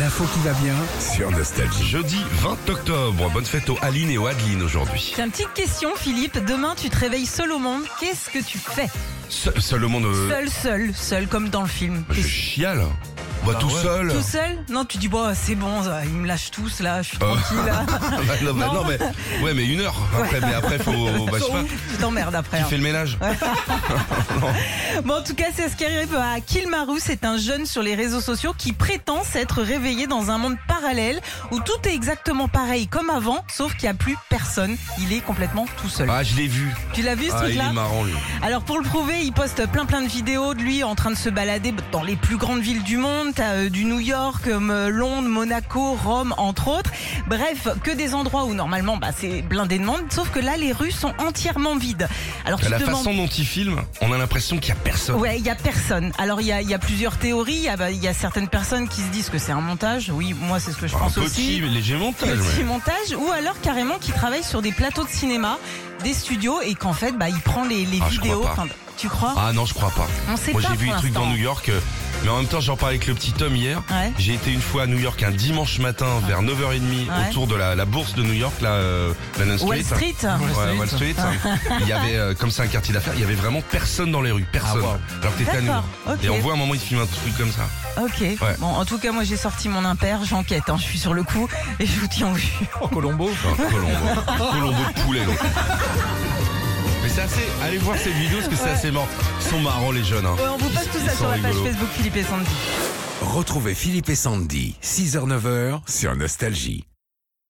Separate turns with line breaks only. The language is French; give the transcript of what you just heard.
l'info qui va bien.
sur Nostalgie. Jeudi 20 octobre, bonne fête aux Aline et aux Adeline aujourd'hui.
Tiens, petite question, Philippe. Demain, tu te réveilles seul au monde. Qu'est-ce que tu fais
Se- Seul au monde... euh,
Seul, seul, seul, comme dans le film.
Je
T'es
chiale. Bah, tout seul.
Tout seul Non, tu dis, bon, c'est bon, ça, ils me lâchent tous, là, je suis tranquille. là.
Ah bah, non, bah, non, mais... Ouais, mais une heure. Après, mais après faut... Bah, je sais pas.
Tu t'emmerdes après.
Qui
hein.
fait le ménage
Bon, en tout cas, c'est ce qui arrive à Kilmarou. C'est un jeune sur les réseaux sociaux qui prétend s'être réveillé dans un monde parallèle où tout est exactement pareil comme avant, sauf qu'il n'y a plus personne. Il est complètement tout seul.
Ah, je l'ai vu.
Tu l'as vu, ce
Ah, il
truc-là
est marrant, lui.
Alors pour le prouver, il poste plein plein de vidéos de lui en train de se balader dans les plus grandes villes du monde, T'as, euh, du New York, euh, Londres, Monaco, Rome entre autres. Bref, que des endroits où normalement bah, c'est blindé de monde, sauf que là les rues sont entièrement vides. Alors tu
La
te demandes...
façon dont il filme, on a l'impression qu'il y a personne.
Ouais, il y a personne. Alors il y a, il y a plusieurs théories. Il y a, bah, il y a certaines personnes qui se disent que c'est un montage. Oui, moi c'est ce que je
Bah, Un
pense
petit,
aussi.
léger montage, ouais.
Petit montage. Ou alors carrément qui travaille sur des plateaux de cinéma, des studios et qu'en fait bah, il prend les, les
Ah, je
vidéos.
crois pas.
enfin, tu crois
Ah non, je crois pas.
On sait
Moi,
pas
j'ai vu
pour
des trucs dans
l'instant.
New York. euh, Mais en même temps, j'en parlais avec le petit Tom hier.
Ouais. Ah.
J'ai été une fois à New York un dimanche matin vers 9h30
Ouais.
autour de la, la bourse de New York, la euh, Lennon Street.
Wall Street.
Ouais, Wall Street. il y avait, euh, comme c'est un quartier d'affaires, il y avait vraiment personne dans les rues. Personne. Alors que t'étais à New York.
D'accord, ok.
Et on voit à un moment, il filme un truc comme ça.
Ok. Bon, en tout cas, moi j'ai sorti mon impair, j'enquête, hein, je suis sur le coup et je vous tiens au jus.
Colombo.
Enfin, Colombo. Colombo de poulet, donc. Mais c'est assez. Allez voir ces vidéos parce que c'est assez marrant. Ils sont marrants, les jeunes. hein.
Ouais, on vous passe
Ils-
tout
ils
ça
sont
sur la page
rigolos.
Facebook Philippe et Sandy.
Retrouvez Philippe et Sandy, 6h-9h sur Nostalgie.